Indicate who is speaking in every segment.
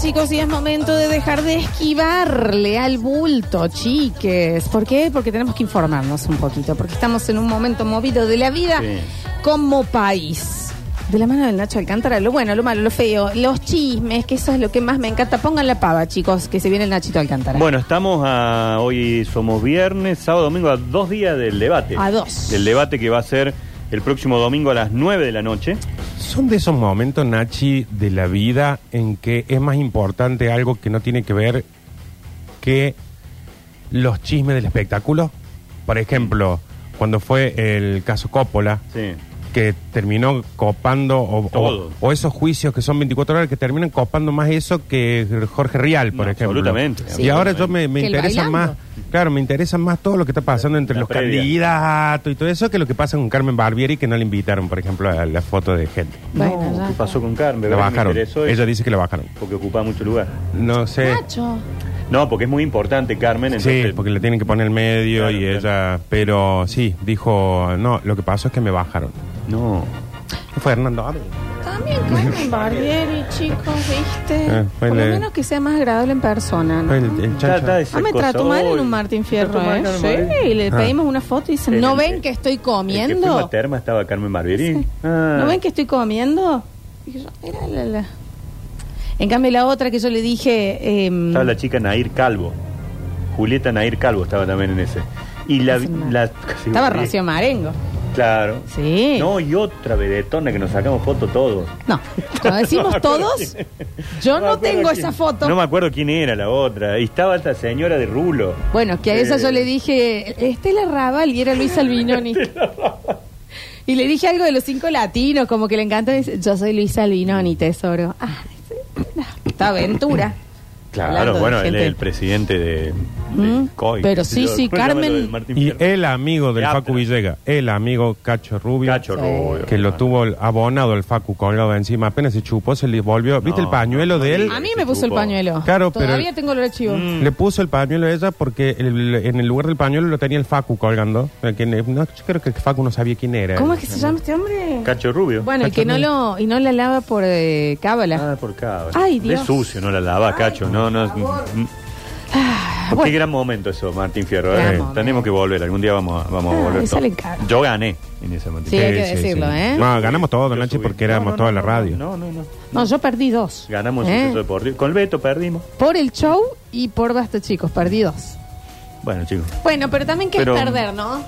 Speaker 1: chicos, y es momento de dejar de esquivarle al bulto, chiques. ¿Por qué? Porque tenemos que informarnos un poquito, porque estamos en un momento movido de la vida
Speaker 2: Sí.
Speaker 1: como país. De la mano del Nacho Alcántara, lo bueno, lo malo, lo feo, los chismes, que eso es lo que más me encanta. Pongan la pava, chicos, que se viene el Nachito Alcántara.
Speaker 2: Bueno, estamos a, hoy somos viernes, sábado, domingo, a dos días del debate.
Speaker 1: A dos.
Speaker 2: Del debate que va a ser el próximo domingo a las 9 de la noche.
Speaker 3: Son de esos momentos, Nachi, de la vida en que es más importante algo que no tiene que ver que los chismes del espectáculo. Por ejemplo, cuando fue el caso Coppola,
Speaker 2: Sí.
Speaker 3: que terminó copando, o,
Speaker 2: Todo.
Speaker 3: o- o esos juicios que son 24 horas, que terminan copando más eso que Jorge Rial, por
Speaker 2: No,
Speaker 3: ejemplo.
Speaker 2: absolutamente.
Speaker 3: Y
Speaker 1: Sí.
Speaker 3: ahora yo me, me
Speaker 1: Que el
Speaker 3: interesa más,
Speaker 1: bailando.
Speaker 3: claro, me interesa más todo lo que está pasando entre
Speaker 2: La
Speaker 3: los
Speaker 2: previa.
Speaker 3: candidatos y todo eso que lo que pasa con Carmen Barbieri, que no le invitaron, por ejemplo, a la foto de gente.
Speaker 1: Bueno,
Speaker 2: No,
Speaker 1: ya.
Speaker 2: ¿Qué pasó con Carmen?
Speaker 3: La
Speaker 2: Me
Speaker 3: bajaron.
Speaker 2: interesó y-
Speaker 3: Ella dice que la bajaron.
Speaker 2: Porque ocupa mucho lugar.
Speaker 3: No sé.
Speaker 2: eh. Ah,
Speaker 1: Nacho.
Speaker 2: No, porque es muy importante Carmen.
Speaker 3: Sí,
Speaker 2: Entonces,
Speaker 3: porque le tienen que poner el medio
Speaker 2: Claro, claro.
Speaker 3: y ella. Pero sí, dijo, no, lo que pasó es que me bajaron.
Speaker 2: No.
Speaker 3: Fue Hernando Abel.
Speaker 1: También Carmen Barbieri, chicos,
Speaker 2: Ah,
Speaker 1: ¿viste?
Speaker 3: Eh, fue
Speaker 1: Por lo
Speaker 3: el-
Speaker 1: menos que sea más agradable en persona, ¿no?
Speaker 3: Fue
Speaker 2: eh,
Speaker 3: el, el chancho.
Speaker 1: Ah, me trató mal en un Martín Fierro, ¿eh? Sí, y le
Speaker 3: Ah.
Speaker 1: pedimos una foto y dicen,
Speaker 2: El-
Speaker 1: ¿no
Speaker 2: el-
Speaker 1: ven que estoy
Speaker 2: El que fue
Speaker 1: comiendo?
Speaker 2: Materma estaba Carmen Barbieri. Ah.
Speaker 1: ¿No ven que estoy comiendo? Y yo, "Era la- la". En cambio, la otra que yo le dije... em,
Speaker 2: Estaba la chica Nair Calvo. Julieta Nair Calvo estaba también en ese. Y la...
Speaker 1: Casi nada.
Speaker 2: la
Speaker 1: estaba
Speaker 2: Sí.
Speaker 1: Rocío Marengo.
Speaker 2: Claro.
Speaker 1: Sí. No,
Speaker 2: No, y otra vedetona que nos sacamos foto todos.
Speaker 1: cuando decimos
Speaker 2: No me acuerdo
Speaker 1: todos,
Speaker 2: quién-
Speaker 1: yo
Speaker 2: me
Speaker 1: no
Speaker 2: acuerdo
Speaker 1: tengo
Speaker 2: quién-
Speaker 1: esa foto.
Speaker 2: No me acuerdo quién era la otra. Y estaba esta señora de rulo.
Speaker 1: Bueno, que a esa
Speaker 2: Eh.
Speaker 1: yo le dije, Estela Raval, y era Luis Albinoni. y le dije algo de los cinco latinos, como que le encanta. y dice, Yo soy Luis Albinoni, tesoro. Ah, sí, no, esta aventura. Hablando
Speaker 2: Claro,
Speaker 1: de
Speaker 2: bueno, él
Speaker 1: gente-
Speaker 2: es el presidente de, de
Speaker 1: Mm,
Speaker 2: COI.
Speaker 1: pero
Speaker 2: qué sé
Speaker 1: sí,
Speaker 2: yo.
Speaker 1: sí,
Speaker 2: ¿Cómo se llama
Speaker 1: Carmen-
Speaker 2: lo del Martín
Speaker 3: Y
Speaker 2: Fierro?
Speaker 3: el amigo del
Speaker 2: Ya,
Speaker 3: Facu
Speaker 2: pero-
Speaker 3: Villega, el amigo Cacho Rubio.
Speaker 2: Cacho Rubio.
Speaker 3: Que lo tuvo el- abonado el Facu colgado encima. Apenas se chupó, se le volvió. ¿Viste
Speaker 2: No,
Speaker 3: el pañuelo de él?
Speaker 1: A mí
Speaker 2: se
Speaker 1: me puso el
Speaker 2: chupó.
Speaker 1: pañuelo.
Speaker 3: Claro, pero-
Speaker 1: Todavía tengo el archivo.
Speaker 2: Mm.
Speaker 3: Le puso el pañuelo a ella porque el- en el lugar del pañuelo lo tenía el Facu colgando. Eh, que ne- no, yo creo que el Facu no sabía quién era.
Speaker 1: ¿Cómo es que se llama este hombre?
Speaker 2: Cacho Rubio.
Speaker 1: Bueno, el que no lo y no la lava por eh, cábala.
Speaker 2: Ah, por cábala.
Speaker 1: Ay, Dios.
Speaker 2: Es sucio, no la lava, Cacho. No, no. mm. Qué
Speaker 1: Ah, bueno.
Speaker 2: gran momento eso, Martín Fierro.
Speaker 1: Gran
Speaker 2: eh.
Speaker 1: momento.
Speaker 2: Tenemos que volver. Algún día vamos a, vamos a
Speaker 1: Ah,
Speaker 2: volver.
Speaker 1: y
Speaker 2: todos.
Speaker 1: salen caros.
Speaker 2: Yo gané en ese Martín
Speaker 1: Sí,
Speaker 2: Fierro.
Speaker 1: hay que decirlo, ¿eh?
Speaker 3: No, ganamos todo,
Speaker 2: Yo
Speaker 3: Nachi,
Speaker 2: subí.
Speaker 3: porque éramos
Speaker 2: No, no,
Speaker 3: toda
Speaker 2: no,
Speaker 3: la
Speaker 2: no,
Speaker 3: radio.
Speaker 2: No, no, no.
Speaker 1: No, yo perdí dos.
Speaker 2: Ganamos
Speaker 1: ¿Eh?
Speaker 2: un suceso deportivo. Con el Beto perdimos.
Speaker 1: Por el show y por basta, chicos, perdí dos.
Speaker 2: Bueno, chicos.
Speaker 1: Bueno, pero también que
Speaker 2: Pero-
Speaker 1: es perder, ¿no?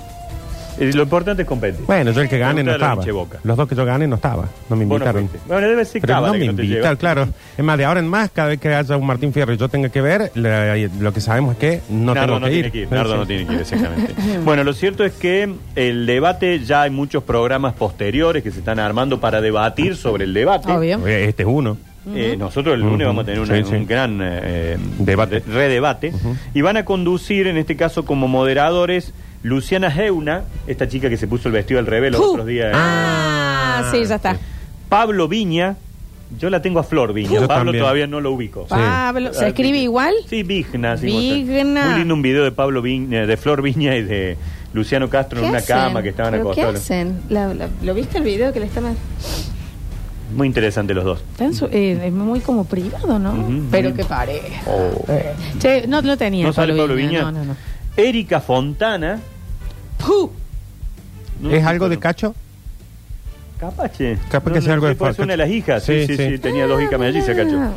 Speaker 2: eh, lo importante es competir.
Speaker 3: Bueno, yo el que gane
Speaker 2: Preguntale
Speaker 3: no
Speaker 2: a
Speaker 3: estaba.
Speaker 2: Vinche Boca.
Speaker 3: Los dos que yo gané no estaba. No me
Speaker 2: Vos no
Speaker 3: invitaron.
Speaker 2: fuiste. Bueno, debe ser
Speaker 3: Pero
Speaker 2: cábala
Speaker 3: no
Speaker 2: que
Speaker 3: me
Speaker 2: te
Speaker 3: invitan,
Speaker 2: llega.
Speaker 3: claro. Es más, de ahora en más, cada vez que haya un Martín Fierro y yo tenga que ver, la- lo que sabemos es que no
Speaker 2: Nardo
Speaker 3: tengo
Speaker 2: no
Speaker 3: que
Speaker 2: tiene
Speaker 3: ir.
Speaker 2: que ir, Nardo no tiene que ir, exactamente. bueno, lo cierto es que el debate, ya hay muchos programas posteriores que se están armando para debatir sobre el debate.
Speaker 1: Obvio.
Speaker 3: Eh, Este es uno.
Speaker 2: Eh, nosotros el lunes
Speaker 3: Ujú.
Speaker 2: vamos a tener una-
Speaker 3: Sí, sí.
Speaker 2: un gran eh,
Speaker 3: Debate.
Speaker 2: re- redebate y van a conducir, en este caso como moderadores, Luciana Heuna, esta chica que se puso el vestido al revés los
Speaker 1: ¡Ju!
Speaker 2: otros días. ¿eh?
Speaker 1: Ah, sí, ya está.
Speaker 2: Pablo Viña, yo la tengo a Flor Viña,
Speaker 3: Yo
Speaker 2: Pablo
Speaker 3: también.
Speaker 2: todavía no lo ubico.
Speaker 1: Pablo, ¿se escribe igual?
Speaker 2: Ah, Sí, Vigna. así como
Speaker 1: Vigna.
Speaker 2: está. Muy lindo un video de Pablo Viña, de Flor Viña y de Luciano Castro en una cama que estaban
Speaker 1: ¿Pero ¿Qué
Speaker 2: acostados.
Speaker 1: hacen? La- la- ¿Lo viste el video que le estaban...?
Speaker 2: Muy interesante los dos.
Speaker 1: Están su- eh, es muy como privado, ¿no?
Speaker 2: Mm. Ujú.
Speaker 1: Pero que pare.
Speaker 2: Oh.
Speaker 1: Che, no lo tenía.
Speaker 2: ¿No sale Pablo Viña?
Speaker 1: No, no, no.
Speaker 2: Erika Fontana.
Speaker 1: ¡Pu!
Speaker 2: No,
Speaker 3: ¿Es
Speaker 2: no,
Speaker 3: algo de
Speaker 2: no.
Speaker 3: Cacho?
Speaker 2: Capaz, che.
Speaker 3: Capaz
Speaker 2: No,
Speaker 3: que
Speaker 2: no
Speaker 3: sea algo
Speaker 2: sé,
Speaker 3: de
Speaker 2: puede
Speaker 3: Fa-
Speaker 2: ser una de las hijas. Sí, sí,
Speaker 3: Sí,
Speaker 2: sí.
Speaker 3: sí.
Speaker 2: tenía dos hijas mellizas,
Speaker 1: Ah,
Speaker 2: cacho.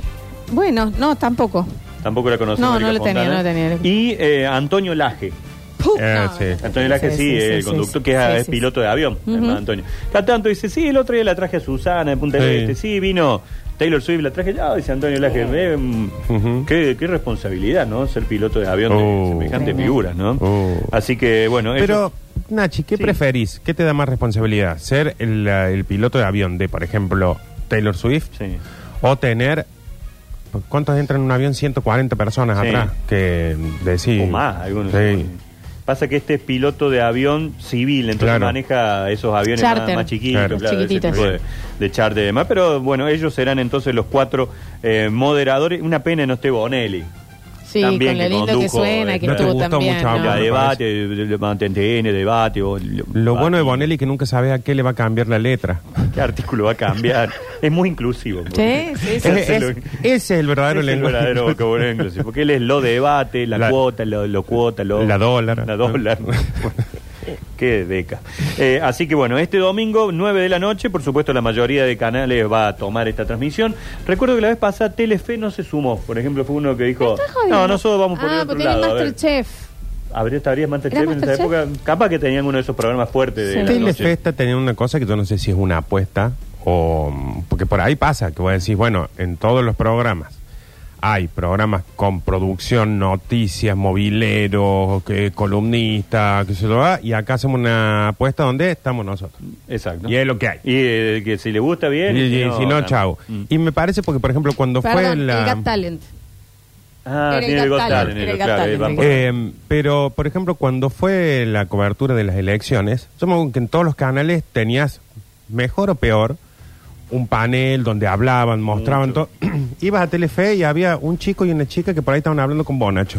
Speaker 1: Bueno, no, tampoco.
Speaker 2: Tampoco la conocemos.
Speaker 1: No, no
Speaker 2: Erika
Speaker 1: lo tenía, no
Speaker 2: Fontana.
Speaker 1: lo tenía, Erika.
Speaker 2: Y eh, Antonio Laje.
Speaker 1: ¡Pu!
Speaker 3: Eh,
Speaker 1: No,
Speaker 3: sí.
Speaker 1: no, no.
Speaker 2: Antonio Laje, sí, eh, el conductor que es,
Speaker 1: sí,
Speaker 2: es
Speaker 1: sí,
Speaker 2: piloto de avión.
Speaker 1: Ujú.
Speaker 2: además, Antonio. Cada tanto dice, sí, el otro día la traje a Susana de Punta del
Speaker 3: Sí.
Speaker 2: Este. Sí, vino Taylor Swift, la traje ya, dice Antonio Laje.
Speaker 1: Oh.
Speaker 2: eh, mm,
Speaker 3: Ujú.
Speaker 2: qué, qué responsabilidad, ¿no? Ser piloto de avión de
Speaker 3: Oh.
Speaker 2: semejantes
Speaker 1: Tremendo.
Speaker 2: figuras, ¿no?
Speaker 3: Oh.
Speaker 2: Así que, bueno, ellos-
Speaker 3: Pero, Nachi, ¿qué
Speaker 2: Sí.
Speaker 3: preferís? ¿Qué te da más responsabilidad? ¿Ser el, la- el piloto de avión de, por ejemplo, Taylor Swift?
Speaker 2: Sí.
Speaker 3: ¿O tener... ¿Cuántos entran en un avión? 140 personas
Speaker 2: Sí.
Speaker 3: atrás. Que decís...
Speaker 2: O más, algunos.
Speaker 3: Sí.
Speaker 2: Pasa que este es piloto de avión civil, entonces
Speaker 3: Claro.
Speaker 2: maneja esos aviones más,
Speaker 1: Charter.
Speaker 2: más chiquitos,
Speaker 3: Claro.
Speaker 2: claro, ese
Speaker 1: Chiquititos.
Speaker 2: tipo de, de charter y demás. Pero bueno, ellos serán entonces los cuatro eh, moderadores. Una pena no esté Bonelli.
Speaker 1: sí. Sí,
Speaker 2: También
Speaker 1: con lo
Speaker 2: que
Speaker 1: lindo que
Speaker 2: condujo,
Speaker 1: suena,
Speaker 2: eh,
Speaker 1: que
Speaker 3: no te
Speaker 1: estuvo
Speaker 3: gustó
Speaker 1: también.
Speaker 3: mucho,
Speaker 1: ¿no?
Speaker 2: Ya,
Speaker 3: me
Speaker 2: debate, de- mantente en debate. o-
Speaker 3: Lo
Speaker 2: va-
Speaker 3: bueno de Bonelli es que nunca sabe a qué le va a cambiar la letra.
Speaker 2: ¿Qué artículo va a cambiar? es muy inclusivo.
Speaker 1: Sí, sí, sí.
Speaker 2: Ese es
Speaker 3: Ese es,
Speaker 2: lo-
Speaker 3: ese es el verdadero
Speaker 2: Es el
Speaker 3: lenguaje.
Speaker 2: verdadero vocabulario inclusivo, Porque él es lo debate, la,
Speaker 3: La-
Speaker 2: cuota, lo, lo cuota, lo.
Speaker 3: La dólar.
Speaker 2: La dólar. Qué deca. Eh, así que bueno, este domingo, 9 de la noche, por supuesto, la mayoría de canales va a tomar esta transmisión. Recuerdo que la vez pasada Telefe no se sumó. Por ejemplo, fue uno que dijo: No, nosotros vamos por
Speaker 1: Ah,
Speaker 2: el otro
Speaker 1: porque era
Speaker 2: lado. a ver".
Speaker 1: Masterchef.
Speaker 2: Habría estaría Masterchef
Speaker 1: ¿Era
Speaker 2: en esa época.
Speaker 1: Masterchef?
Speaker 2: Capaz que tenían uno de esos programas fuertes de
Speaker 1: Sí.
Speaker 2: la noche.
Speaker 3: Telefe está teniendo una cosa que yo no sé si es una apuesta o. Porque por ahí pasa, que vos decís, bueno, en todos los programas hay programas con producción, noticias, mobileros, que, columnistas, que se lo va, y acá hacemos una apuesta donde estamos nosotros.
Speaker 2: Exacto.
Speaker 3: Y es lo que hay.
Speaker 2: Y eh, que si le gusta
Speaker 3: Y,
Speaker 2: bien.
Speaker 3: y si no,
Speaker 2: nada.
Speaker 3: chao.
Speaker 2: Mm.
Speaker 3: Y me parece porque, por ejemplo, cuando fue
Speaker 1: Perdón,
Speaker 3: la.
Speaker 1: el Got Talent.
Speaker 2: Ah,
Speaker 1: Era el
Speaker 2: tiene el
Speaker 1: Got
Speaker 2: Got
Speaker 1: Talent,
Speaker 2: Talent,
Speaker 1: era el
Speaker 2: claro,
Speaker 1: Got
Speaker 2: eh,
Speaker 1: Talent,
Speaker 2: van
Speaker 1: el
Speaker 2: por-
Speaker 3: Eh, pero, por ejemplo, cuando fue la cobertura de las elecciones, yo me acuerdo que en todos los canales tenías, mejor o peor, un panel donde hablaban, mostraban todo. Ibas a Telefe y había un chico y una chica que por ahí estaban hablando con Bonacho.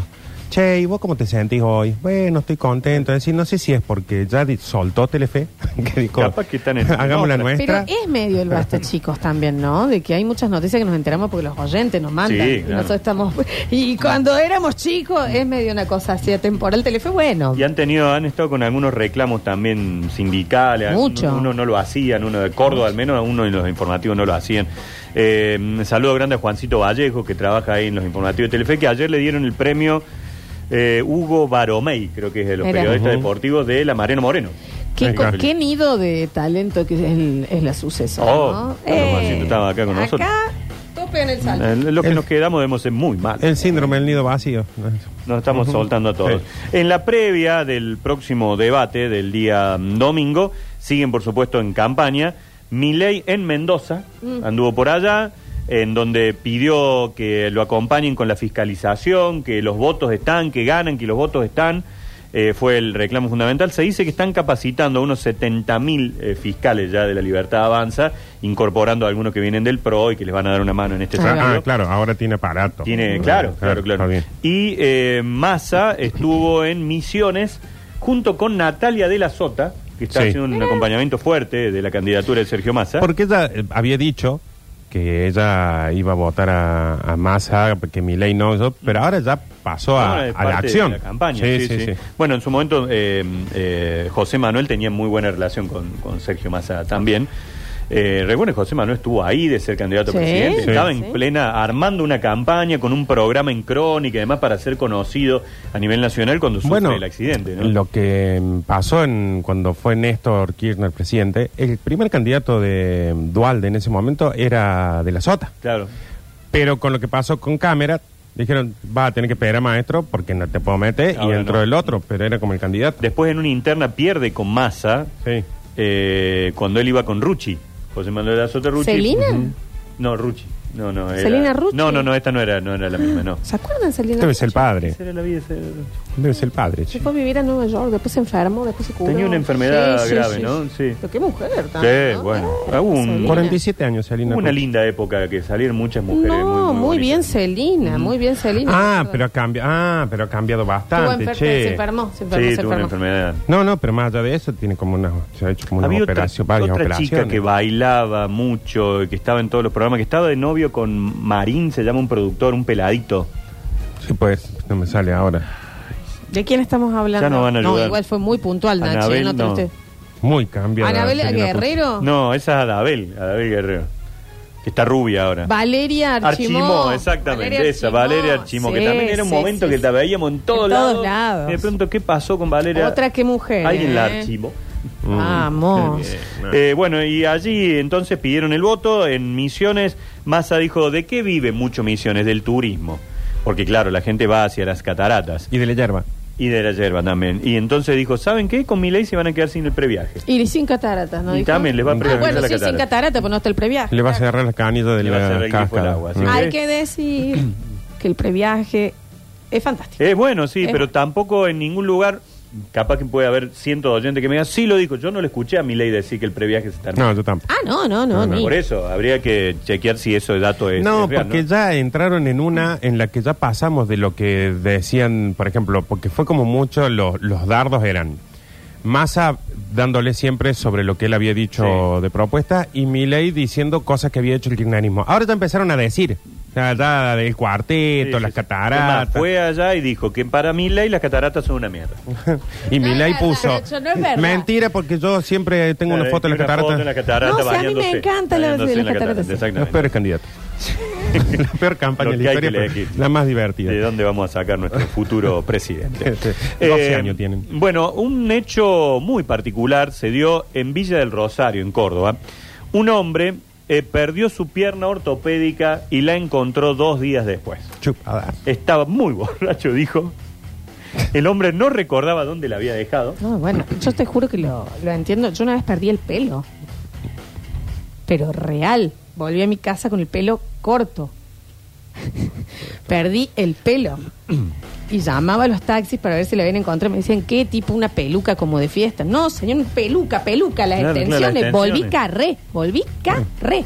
Speaker 3: Che, ¿y vos cómo te sentís hoy? Bueno, estoy contento. Es decir, no sé si es porque ya di- soltó Telefe, que dijo,
Speaker 2: Capaz que están en-
Speaker 3: hagamos la
Speaker 2: Pero
Speaker 3: nuestra.
Speaker 1: Pero es medio el basta, chicos, también, ¿no? De que hay muchas noticias que nos enteramos porque los oyentes nos mandan.
Speaker 2: Sí,
Speaker 1: y
Speaker 2: claro.
Speaker 1: nosotros estamos. Y cuando éramos chicos, es medio una cosa así atemporal. El teléfono, bueno.
Speaker 2: Y han tenido, han estado con algunos reclamos también sindicales.
Speaker 1: Mucho.
Speaker 2: Uno, uno no lo hacían, uno de Córdoba al menos, uno en los informativos no lo hacían. Eh, saludo grande a Juancito Vallejo, que trabaja ahí en los informativos de Telefe, que ayer le dieron el premio eh, Hugo Baromey, creo que es de los
Speaker 1: Era.
Speaker 2: periodistas
Speaker 3: Ujú.
Speaker 2: deportivos de La Mariano Moreno.
Speaker 1: ¿Qué,
Speaker 2: Ahí
Speaker 1: co-
Speaker 2: está.
Speaker 1: qué nido de talento que es, el- es la sucesora?
Speaker 2: Oh,
Speaker 1: ¿no? Eh,
Speaker 2: claro, Juancito estaba acá con nosotros.
Speaker 1: Acá, tope en el salto.
Speaker 2: Eh, Lo que
Speaker 3: El-
Speaker 2: nos quedamos debemos ser muy mal.
Speaker 3: El síndrome del nido vacío.
Speaker 2: Nos estamos soltando a todos. En la previa del próximo debate del día mm, domingo, siguen por supuesto en campaña. Milei en Mendoza, anduvo por allá, en donde pidió que lo acompañen con la fiscalización, que los votos están, que ganan, que los votos están. Eh, fue el reclamo fundamental. Se dice que están capacitando a unos 70.000 mil eh, fiscales ya de la Libertad Avanza, incorporando a algunos que vienen del PRO y que les van a dar una mano en este
Speaker 1: Ah,
Speaker 2: sentido.
Speaker 3: Ah, claro, ahora tiene aparato.
Speaker 2: Tiene, claro, claro, claro.
Speaker 3: está bien.
Speaker 2: Y eh, Massa estuvo en Misiones junto con Natalia de la Sota, que está
Speaker 3: Sí.
Speaker 2: haciendo un acompañamiento fuerte de la candidatura de Sergio Massa.
Speaker 3: Porque ella eh, había dicho que ella iba a votar a, a Massa, que mi ley no, yo- pero ahora ya pasó a,
Speaker 2: Ahora es
Speaker 3: a la
Speaker 2: parte de
Speaker 3: acción.
Speaker 2: la campaña,
Speaker 3: Sí, sí, sí.
Speaker 2: Bueno, en su momento eh, eh, José Manuel tenía muy buena relación con, con Sergio Massa también. Eh, recuerden, José Manuel estuvo ahí de ser candidato a
Speaker 1: Sí.
Speaker 2: presidente.
Speaker 1: Sí.
Speaker 2: Estaba en
Speaker 1: Sí.
Speaker 2: plena armando una campaña con un programa en crónica y además para ser conocido a nivel nacional cuando sufre
Speaker 3: Bueno,
Speaker 2: el accidente. ¿no?
Speaker 3: lo que mm, pasó en, cuando fue Néstor Kirchner presidente, el primer candidato de mm, Dualde en ese momento era de la Sota.
Speaker 2: Claro.
Speaker 3: Pero con lo que pasó con Cámara, dijeron, va a tener que pedir a maestro porque no te puedo meter, y
Speaker 2: Ahora
Speaker 3: entró
Speaker 2: no.
Speaker 3: el otro, pero era como el candidato.
Speaker 2: Después en una interna pierde con Massa
Speaker 3: Sí.
Speaker 2: eh, cuando él iba con Rucci. José Manuel de la Sota Rucci.
Speaker 1: ¿Celina?
Speaker 2: Ujú. No, Rucci. No, no. Era...
Speaker 1: ¿Celina Rucci?
Speaker 2: No, no, no, esta no era, no era la misma, no.
Speaker 1: ¿Se acuerdan saliendo?
Speaker 3: Debe ser el padre,
Speaker 2: Esa era la vida de ese Rucci.
Speaker 3: debe ser el padre.
Speaker 1: Se
Speaker 3: che.
Speaker 1: fue a vivir a Nueva York, después se enfermó, después se curó.
Speaker 2: Tenía una enfermedad grave, ¿no? Sí.
Speaker 1: Sí. Pero qué mujer
Speaker 2: Sí,
Speaker 1: también. ¿no?
Speaker 2: bueno.
Speaker 1: Ah,
Speaker 2: Hubo un-
Speaker 1: Selena.
Speaker 3: 47 años, Selena.
Speaker 2: Hubo Una
Speaker 3: Ruiz.
Speaker 2: linda época que salieron muchas mujeres.
Speaker 1: No, muy,
Speaker 2: bonitas.
Speaker 1: bien Celina, muy bien Celina.
Speaker 3: Ah, pero ha cambiado, ah, pero ha cambiado
Speaker 1: Estuvo
Speaker 3: bastante,
Speaker 1: enferma,
Speaker 3: che.
Speaker 1: eh, se enfermó, se enfermó,
Speaker 2: Sí,
Speaker 1: se
Speaker 2: tuvo una
Speaker 1: enfermó.
Speaker 2: enfermedad.
Speaker 3: No, no, pero más allá de eso tiene como una se ha hecho como una
Speaker 2: Había otra,
Speaker 3: operación, varias
Speaker 2: otra chica
Speaker 3: operaciones.
Speaker 2: que bailaba mucho, que estaba en todos los programas, que estaba de novio con Marín, se llama un productor, un peladito.
Speaker 3: Sí, pues, no me sale ahora.
Speaker 1: ¿De quién estamos hablando?
Speaker 2: Ya nos van a ayudar.
Speaker 1: igual fue muy puntual, Nachi.
Speaker 2: Anabel,
Speaker 1: eh, no te
Speaker 2: no.
Speaker 1: usted.
Speaker 3: Muy cambiada.
Speaker 1: Anabela
Speaker 3: Selena
Speaker 1: Guerrero,
Speaker 2: No, esa es Adabel, Adabel Guerrero, que está rubia ahora.
Speaker 1: Valeria Archimó.
Speaker 2: Archimó, exactamente, esa, Valeria Archimó, que
Speaker 1: Sí,
Speaker 2: también era un
Speaker 1: sí,
Speaker 2: momento
Speaker 1: sí,
Speaker 2: que
Speaker 1: sí.
Speaker 2: la veíamos en todos,
Speaker 1: En
Speaker 2: lados.
Speaker 1: todos lados.
Speaker 2: Y de pronto, ¿qué pasó con Valeria?
Speaker 1: Otra que mujer,
Speaker 2: Alguien la
Speaker 1: ¿eh? Oh.
Speaker 2: archivó.
Speaker 1: Vamos.
Speaker 2: Eh, bueno, y allí entonces pidieron el voto en Misiones. Massa dijo, ¿de qué vive mucho Misiones? Del turismo. Porque claro, la gente va hacia las cataratas
Speaker 3: Y de la yerba.
Speaker 2: y de la yerba también. Y entonces dijo, ¿saben qué? Con mi ley se van a quedar sin el previaje.
Speaker 1: Y sin cataratas, ¿no?
Speaker 2: Y
Speaker 1: dijo?
Speaker 2: también les va a
Speaker 1: Ah,
Speaker 2: prevenir
Speaker 1: bueno,
Speaker 2: la
Speaker 1: sí, sin
Speaker 2: catarata.
Speaker 1: catarata, pues no está el previaje.
Speaker 3: Le va a cerrar la canilla de
Speaker 2: Le va a cerrar
Speaker 3: la
Speaker 2: el grifo al
Speaker 3: cáscara.
Speaker 2: agua, así
Speaker 3: Mm.
Speaker 1: Hay
Speaker 2: ¿Sí?
Speaker 1: que decir que el previaje es fantástico.
Speaker 2: Es bueno, sí,
Speaker 1: Es
Speaker 2: pero tampoco en ningún lugar capaz que puede haber cientos de oyentes que me digan, sí lo dijo, yo no le escuché a mi ley decir que el previaje se termina.
Speaker 3: No, yo tampoco.
Speaker 1: Ah, no, no, no.
Speaker 3: No,
Speaker 1: ni-
Speaker 2: Por eso, habría que chequear si eso de dato es.
Speaker 3: No,
Speaker 2: es real,
Speaker 3: porque ya entraron en una en la que ya pasamos de lo que decían, por ejemplo, porque fue como mucho, los, los dardos eran Massa dándole siempre sobre lo que él había dicho de propuesta y Milei diciendo cosas que había hecho el kirchnerismo. Ahora ya empezaron a decir, ya, ya del cuarteto,
Speaker 2: Sí,
Speaker 3: las
Speaker 2: sí, sí. Es más,
Speaker 3: cataratas.
Speaker 2: fue allá y dijo que para mi ley las cataratas son una mierda.
Speaker 3: y
Speaker 1: No es
Speaker 3: Milei
Speaker 1: verdad,
Speaker 3: puso,
Speaker 1: Nacho, no es verdad.
Speaker 3: mentira porque yo siempre tengo una
Speaker 2: Eh,
Speaker 3: foto de las
Speaker 2: una foto en
Speaker 3: cataratas.
Speaker 2: las cataratas
Speaker 1: No, sí, a mí me
Speaker 2: bañándose,
Speaker 1: encanta la- de
Speaker 2: bañándose en
Speaker 1: las cataratas, sí.
Speaker 3: Los
Speaker 2: Exactamente.
Speaker 3: peores candidatos. la peor campaña
Speaker 2: Lo
Speaker 3: de la
Speaker 2: que hay que
Speaker 3: historia, pero
Speaker 2: elegir.
Speaker 3: la más divertida.
Speaker 2: ¿De dónde vamos a sacar nuestro futuro presidente? Eh,
Speaker 3: Sí, sí. 12 Este, años tienen.
Speaker 2: Bueno, un hecho muy particular se dio en Villa del Rosario, en Córdoba. Un hombre eh, perdió su pierna ortopédica y la encontró dos días después.
Speaker 3: Chupada.
Speaker 2: Estaba muy borracho, dijo. El hombre no recordaba dónde la había dejado.
Speaker 1: No, bueno, yo te juro que lo, lo entiendo. Yo una vez perdí el pelo. Pero real. Volví a mi casa con el pelo corto. perdí el pelo. Y llamaba a los taxis para ver si la habían encontrado. Me decían, ¿qué tipo? Una peluca como de fiesta. No, señor, peluca, peluca, las
Speaker 2: Claro, claro,
Speaker 1: extensiones.
Speaker 2: las
Speaker 1: Volví
Speaker 2: extensiones.
Speaker 1: carré, volví carré.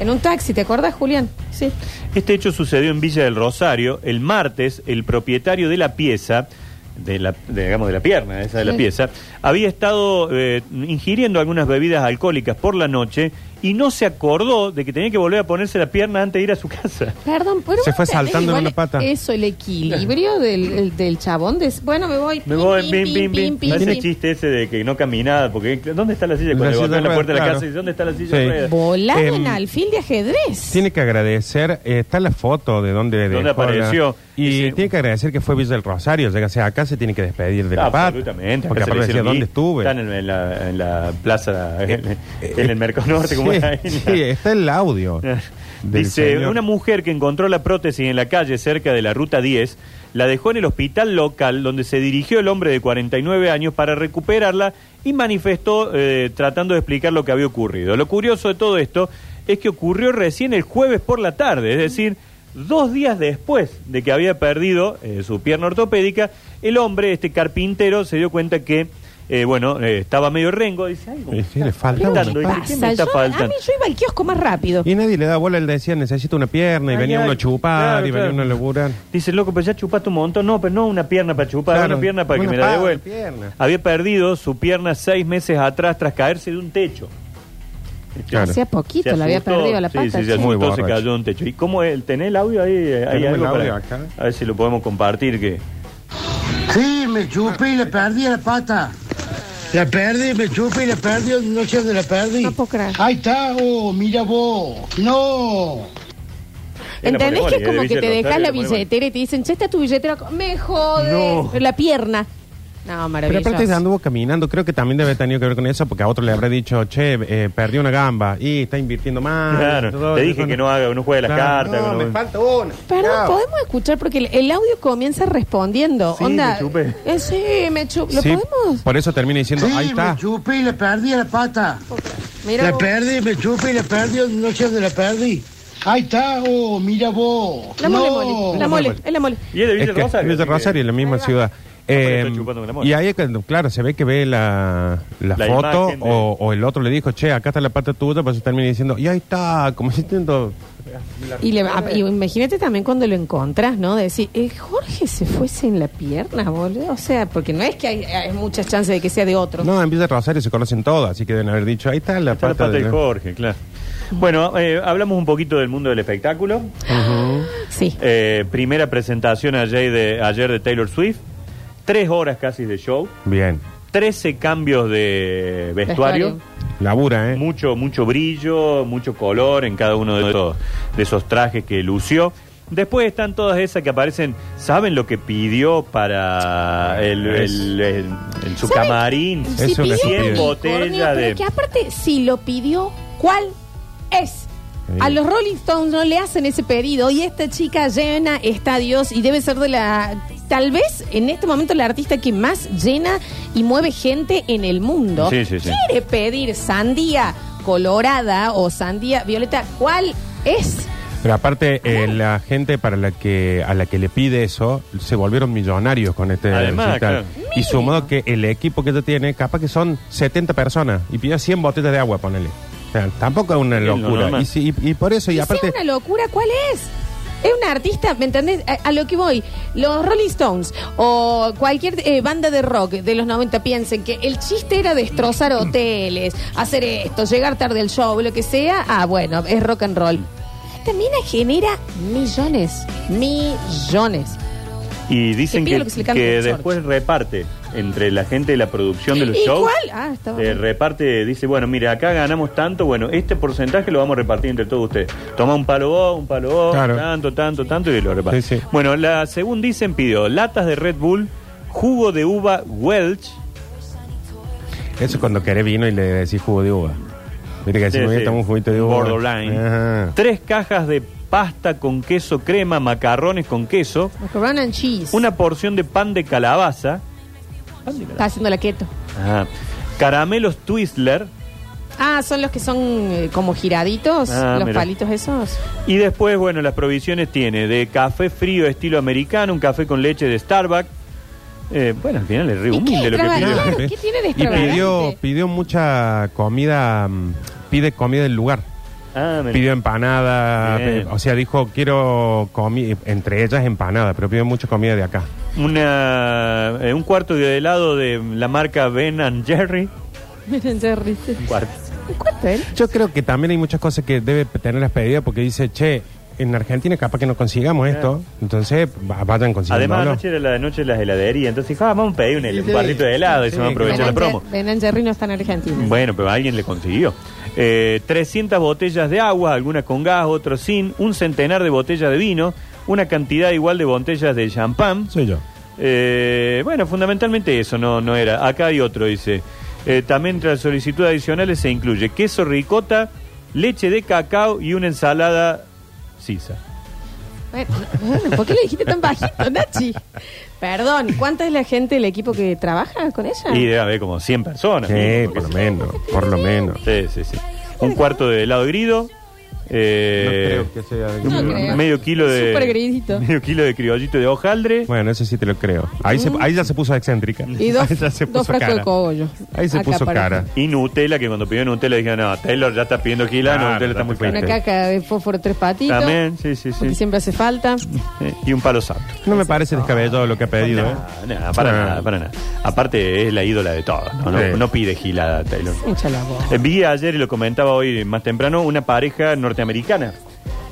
Speaker 1: En un taxi, ¿te acordás, Julián? Sí.
Speaker 2: Este hecho sucedió en Villa del Rosario. El martes, el propietario de la pieza, de la, de, digamos de la pierna, esa de la
Speaker 1: Sí.
Speaker 2: pieza, había estado eh, ingiriendo algunas bebidas alcohólicas por la noche y no se acordó de que tenía que volver a ponerse la pierna antes de ir a su casa.
Speaker 1: Perdón, pero
Speaker 3: Se
Speaker 1: vos
Speaker 3: fue
Speaker 1: entendés
Speaker 3: saltando en
Speaker 1: igual
Speaker 3: una pata.
Speaker 1: Eso, el equilibrio del, el- del chabón. De, bueno, me voy.
Speaker 2: Me
Speaker 1: pim,
Speaker 2: voy,
Speaker 1: pim,
Speaker 2: pim,
Speaker 1: pim,
Speaker 2: pim,
Speaker 1: pim, pim,
Speaker 2: Ese
Speaker 1: pim.
Speaker 2: chiste ese de que no caminaba, porque ¿dónde está la silla? Cuando
Speaker 3: La
Speaker 2: le
Speaker 3: silla
Speaker 2: golpean
Speaker 3: de
Speaker 2: la puerta de la
Speaker 3: ruedas,
Speaker 2: casa y
Speaker 3: claro.
Speaker 2: ¿dónde está la silla de
Speaker 3: Sí.
Speaker 2: ruedas?
Speaker 1: Volado
Speaker 3: Em,
Speaker 1: en alfil de ajedrez.
Speaker 3: Tiene que agradecer, eh, está la foto de donde
Speaker 2: ¿Dónde
Speaker 3: dejó la-
Speaker 2: apareció?
Speaker 3: y
Speaker 2: Dice-
Speaker 3: tiene que agradecer que fue Villa del Rosario, llega sea acá, se tiene que despedir de la pata.
Speaker 2: Ah, Absolutamente.
Speaker 3: Porque
Speaker 2: acá se le
Speaker 3: aparte decía,
Speaker 2: hicieron
Speaker 3: ¿dónde
Speaker 2: guita.
Speaker 3: estuve?
Speaker 2: Están en, en la, en la plaza, en,
Speaker 3: Eh,
Speaker 2: en el Mercado Norte, como
Speaker 3: sí,
Speaker 2: era ahí, en la-
Speaker 3: sí, está el audio. del
Speaker 2: Dice,
Speaker 3: señor.
Speaker 2: una mujer que encontró la prótesis en la calle cerca de la ruta 10, la dejó en el hospital local donde se dirigió el hombre de 49 años para recuperarla y manifestó eh, tratando de explicar lo que había ocurrido. Lo curioso de todo esto es que ocurrió recién el jueves por la tarde, es decir, dos días después de que había perdido eh, su pierna ortopédica, el hombre, este carpintero, se dio cuenta que, eh, bueno, eh, estaba medio rengo, dice, algo me
Speaker 3: Sí, sí, le
Speaker 2: está
Speaker 3: falta
Speaker 1: ¿Pero
Speaker 3: un-
Speaker 2: faltando,
Speaker 1: ¿Qué
Speaker 2: dice,
Speaker 1: pasa?
Speaker 2: ¿qué me está
Speaker 1: Yo- a
Speaker 2: faltando?
Speaker 1: mí yo iba al kiosco más rápido.
Speaker 3: Y nadie le da bola, él decía, necesito una pierna, y
Speaker 2: Ay,
Speaker 3: venía
Speaker 2: ay,
Speaker 3: uno a chupar,
Speaker 2: claro,
Speaker 3: y venía
Speaker 2: claro.
Speaker 3: uno a laburar.
Speaker 2: Dice, loco, pero ya chupaste un montón. No, pero no una pierna para chupar,
Speaker 3: Claro,
Speaker 2: una pierna para que
Speaker 3: una
Speaker 2: me la
Speaker 3: pata,
Speaker 2: devuelva.
Speaker 3: pierna.
Speaker 2: Había perdido su pierna seis meses atrás tras caerse de un techo.
Speaker 3: Claro.
Speaker 1: Hacía
Speaker 2: Se
Speaker 1: poquito, lo había
Speaker 2: asustó.
Speaker 1: perdido la
Speaker 2: Sí,
Speaker 1: pata.
Speaker 2: sí, se
Speaker 1: che.
Speaker 3: Muy
Speaker 2: asustó, se
Speaker 3: borracho.
Speaker 2: cayó de un techo. ¿Y cómo es? ¿Tenés el audio ahí? ¿Hay
Speaker 3: Tenemos
Speaker 2: algo
Speaker 3: el audio
Speaker 2: para-
Speaker 3: acá.
Speaker 2: A ver si lo podemos compartir. que
Speaker 4: Sí, me chupé y le perdí la pata. La perdí, me chupé y la perdí, no sé dónde la perdí.
Speaker 1: No puedo creer.
Speaker 2: Ah,
Speaker 4: Ahí está, oh, mira vos. No.
Speaker 2: Es la
Speaker 1: ¿Entendés
Speaker 2: Moneboli,
Speaker 1: que es
Speaker 2: es de
Speaker 1: como que
Speaker 2: Villa
Speaker 1: te
Speaker 2: Rosario,
Speaker 1: dejas
Speaker 2: es
Speaker 1: la
Speaker 2: la Moneboli.
Speaker 1: billetera y te dicen, che, está tu billetera. co- Me jodes.
Speaker 2: No.
Speaker 1: La pierna. No,
Speaker 3: Pero
Speaker 1: maravilloso.
Speaker 3: aparte anduvo caminando, creo que también debe haber tenido que ver con eso, porque a otro le habrá dicho, che, eh, perdí una gamba, y está invirtiendo más.
Speaker 2: Claro,
Speaker 3: todo,
Speaker 2: te
Speaker 3: y
Speaker 2: dije
Speaker 3: todo.
Speaker 2: que no haga, que no juegue las
Speaker 3: Claro.
Speaker 2: cartas. que
Speaker 3: No,
Speaker 2: no-
Speaker 3: me falta una.
Speaker 1: Perdón,
Speaker 3: Chao.
Speaker 1: podemos escuchar porque el, el audio comienza respondiendo.
Speaker 2: Sí,
Speaker 1: Onda,
Speaker 2: me chupé.
Speaker 1: eh, sí, me chupé. ¿Lo
Speaker 3: Sí,
Speaker 1: podemos?
Speaker 3: Por eso termina diciendo,
Speaker 4: Sí,
Speaker 3: ahí
Speaker 4: me
Speaker 3: está.
Speaker 4: chupé y le perdí la pata.
Speaker 1: Mira,
Speaker 4: la
Speaker 1: vos.
Speaker 4: perdí, me chupé y la perdí, no sé dónde la perdí. Ahí está, oh, mira vos.
Speaker 1: la mole, mole,
Speaker 4: no.
Speaker 1: la mole, es la mole.
Speaker 2: Y es de
Speaker 3: Es
Speaker 2: Villa
Speaker 3: que
Speaker 2: Rosario.
Speaker 3: es de
Speaker 2: así que-
Speaker 3: Rosario, la misma
Speaker 1: Ahí va.
Speaker 3: ciudad.
Speaker 2: pero
Speaker 3: Eh,
Speaker 2: estoy chupando con la mano.
Speaker 3: y ahí, es cuando, claro, se ve que ve la, la
Speaker 2: La
Speaker 3: foto
Speaker 2: imagen de-
Speaker 3: o, o el otro le dijo, che, acá está la pata tuya, pero se termina diciendo, y ahí está, como si intento...
Speaker 1: Y, le, ah, y imagínate también cuando lo encontrás, ¿no? De decir, eh, Jorge se fue sin la pierna, boludo. O sea, porque no es que hay, hay muchas chances de que sea de otro.
Speaker 3: No, en Villa Rosario se conocen todas, así que deben haber dicho, ahí está la
Speaker 2: Está la
Speaker 3: pata,
Speaker 2: pata
Speaker 3: de...
Speaker 2: de Jorge, claro. Bueno, eh, hablamos un poquito del mundo del espectáculo.
Speaker 1: Sí.
Speaker 2: Eh, primera presentación ayer de, ayer de Taylor Swift. Tres horas casi de show.
Speaker 3: Bien,
Speaker 2: 13 cambios de vestuario.
Speaker 1: Vestuario.
Speaker 3: labura, ¿eh?
Speaker 2: Mucho, mucho brillo, mucho color en cada uno de esos, de esos trajes que lució. Después están todas esas que aparecen. ¿Saben lo que pidió para el,
Speaker 3: Es-
Speaker 2: el- el- el- su
Speaker 1: ¿Saben?
Speaker 2: camarín?
Speaker 3: Es
Speaker 1: si
Speaker 3: una
Speaker 1: pidió
Speaker 3: estupidez.
Speaker 1: un
Speaker 2: Cien botellas
Speaker 1: unicornio,
Speaker 2: de-
Speaker 1: pero que aparte, si lo pidió, ¿cuál es?
Speaker 3: Sí.
Speaker 1: A los Rolling Stones no le hacen ese pedido y esta chica llena estadios y debe ser de la, tal vez en este momento la artista que más llena y mueve gente en el mundo.
Speaker 2: Sí, sí, sí.
Speaker 1: Quiere pedir sandía colorada o sandía violeta, ¿cuál es?
Speaker 3: Pero aparte, eh, la gente para la que a la que le pide eso se volvieron millonarios con este
Speaker 2: Además,
Speaker 3: recital.
Speaker 2: claro.
Speaker 3: Y sumado que el equipo que ella tiene, capaz que son 70 personas y pidió 100 botellas de agua, ponele. O sea, tampoco es una
Speaker 2: Es lo
Speaker 3: locura.
Speaker 2: normal.
Speaker 3: Y, si- y- y por eso, y,
Speaker 1: Y si
Speaker 3: aparte.
Speaker 1: es una locura, ¿cuál es? Es un artista, ¿me entendés? A, a lo que voy, los Rolling Stones o cualquier eh, banda de rock de los 90 piensen que el chiste era
Speaker 2: Mm.
Speaker 1: destrozar hoteles, hacer esto, llegar tarde al show, lo que sea. Ah, bueno, es rock and roll. Esta mina genera millones, millones.
Speaker 2: Y dicen
Speaker 1: Que
Speaker 2: que,
Speaker 1: pida lo que se le cante
Speaker 2: que
Speaker 1: el short.
Speaker 2: después reparte entre la gente de la producción de los
Speaker 1: ¿Y
Speaker 2: shows.
Speaker 1: cuál? Ah, está
Speaker 2: eh,
Speaker 1: bueno.
Speaker 2: reparte, dice, bueno, mire, acá ganamos tanto, bueno, este porcentaje lo vamos a repartir entre todos ustedes. Toma un palo vos, un palo vos,
Speaker 3: Claro.
Speaker 2: tanto, tanto, tanto, y lo reparte.
Speaker 3: Sí, sí.
Speaker 2: Bueno, la, según dicen, pidió latas de Red Bull, jugo de uva Welch.
Speaker 3: Eso es cuando querés vino y le decís jugo de uva. Viste que decimos,
Speaker 2: debe
Speaker 3: "Oye,
Speaker 2: ser
Speaker 3: toma un juguito de uva.
Speaker 2: Borderline.
Speaker 3: Ajá.
Speaker 2: Tres cajas de pasta con queso, crema, macarrones con queso.
Speaker 1: Macaroni and cheese.
Speaker 2: Una porción de pan de calabaza. ¿Pan de
Speaker 1: Está haciendo la keto.
Speaker 2: Ajá. Caramelos Twizzler.
Speaker 1: Ah, son los que son eh, como giraditos,
Speaker 2: Ah,
Speaker 1: los
Speaker 2: mira.
Speaker 1: palitos esos.
Speaker 2: Y después, bueno, las provisiones tiene de café frío estilo americano, un café con leche de Starbucks. Eh, bueno, al final es re
Speaker 1: ¿Y
Speaker 2: humilde
Speaker 1: qué
Speaker 2: lo que
Speaker 1: extravagante?
Speaker 2: pidió.
Speaker 1: Claro, ¿qué tiene de
Speaker 3: y pidió,
Speaker 1: extravagante?
Speaker 3: pidió mucha comida, mm, pide comida del lugar.
Speaker 2: Ah, mira.
Speaker 3: Pidió empanada,
Speaker 2: Bien.
Speaker 3: eh, o sea, dijo, quiero comida, entre ellas empanada, pero pidió mucha comida de acá.
Speaker 2: Una, eh, un cuarto de helado de la marca Ben and Jerry.
Speaker 1: Miren, Jerry.
Speaker 2: Un cuarto.
Speaker 1: ¿Cuánto él?
Speaker 3: Yo creo que también hay muchas cosas que debe tener las pedidas porque dice, che, en Argentina capaz que no consigamos esto, entonces va- vayan consiguiendo.
Speaker 2: Además, anoche era la noche de las heladerías. Entonces dijo, ah, vamos a pedir un, hel- un barrito de helado y se
Speaker 3: Sí,
Speaker 2: van a aprovechar la
Speaker 1: Ben
Speaker 2: promo.
Speaker 1: and Jer- Ben and Jerry no está en Argentina.
Speaker 2: Bueno, pero alguien le consiguió. Eh, 300 botellas de agua, algunas con gas, otras sin. Un centenar de botellas de vino. Una cantidad igual de botellas de champán.
Speaker 3: Soy yo.
Speaker 2: Eh, bueno, fundamentalmente eso no, no era. Acá hay otro, dice. Eh, también entre las solicitudes adicionales se incluye queso ricota, leche de cacao y una ensalada sisa.
Speaker 1: Bueno, bueno, ¿Por qué le dijiste tan bajito, Nachi? Perdón, ¿cuánta es la gente del equipo que trabaja con ella?
Speaker 2: Y debe haber como 100 personas.
Speaker 3: Sí,
Speaker 2: mínimo,
Speaker 3: por lo
Speaker 2: porque-
Speaker 3: menos, por lo menos.
Speaker 2: sí, sí, sí. Un cuarto de helado grido. eh,
Speaker 3: No creo que sea de
Speaker 2: un-
Speaker 1: grido. No creo.
Speaker 2: medio kilo de
Speaker 1: Súper gridito.
Speaker 2: medio kilo de criollito de hojaldre
Speaker 3: Bueno, eso sí te lo creo. Ahí, se- ahí ya se puso excéntrica.
Speaker 1: Y dos,
Speaker 3: Ahí ya se
Speaker 1: dos
Speaker 3: puso
Speaker 1: frascos
Speaker 3: cara.
Speaker 1: de cogollo.
Speaker 3: Ahí se
Speaker 1: Acá,
Speaker 3: puso
Speaker 1: por
Speaker 3: cara.
Speaker 1: ejemplo.
Speaker 2: y Nutella que cuando pidió Nutella dijeron no Taylor ya está pidiendo kilos
Speaker 3: Claro,
Speaker 2: Nutella está
Speaker 3: ya
Speaker 2: muy
Speaker 3: te
Speaker 1: Una
Speaker 2: cara
Speaker 3: fuiste.
Speaker 1: caca de fósforo tres patitos.
Speaker 2: también sí sí
Speaker 1: Porque
Speaker 2: sí
Speaker 1: siempre hace falta.
Speaker 2: Eh, y un palo santo
Speaker 3: No me parece descabellado lo que ha pedido. ¿eh?
Speaker 2: No, no, para
Speaker 3: Ah.
Speaker 2: nada, para nada. Aparte es la ídola de todos, no, No-
Speaker 3: Sí.
Speaker 2: no pide gilada Taylor.
Speaker 1: Mucha la voz.
Speaker 2: Eh, Vi ayer, y lo comentaba hoy más temprano, una pareja norteamericana.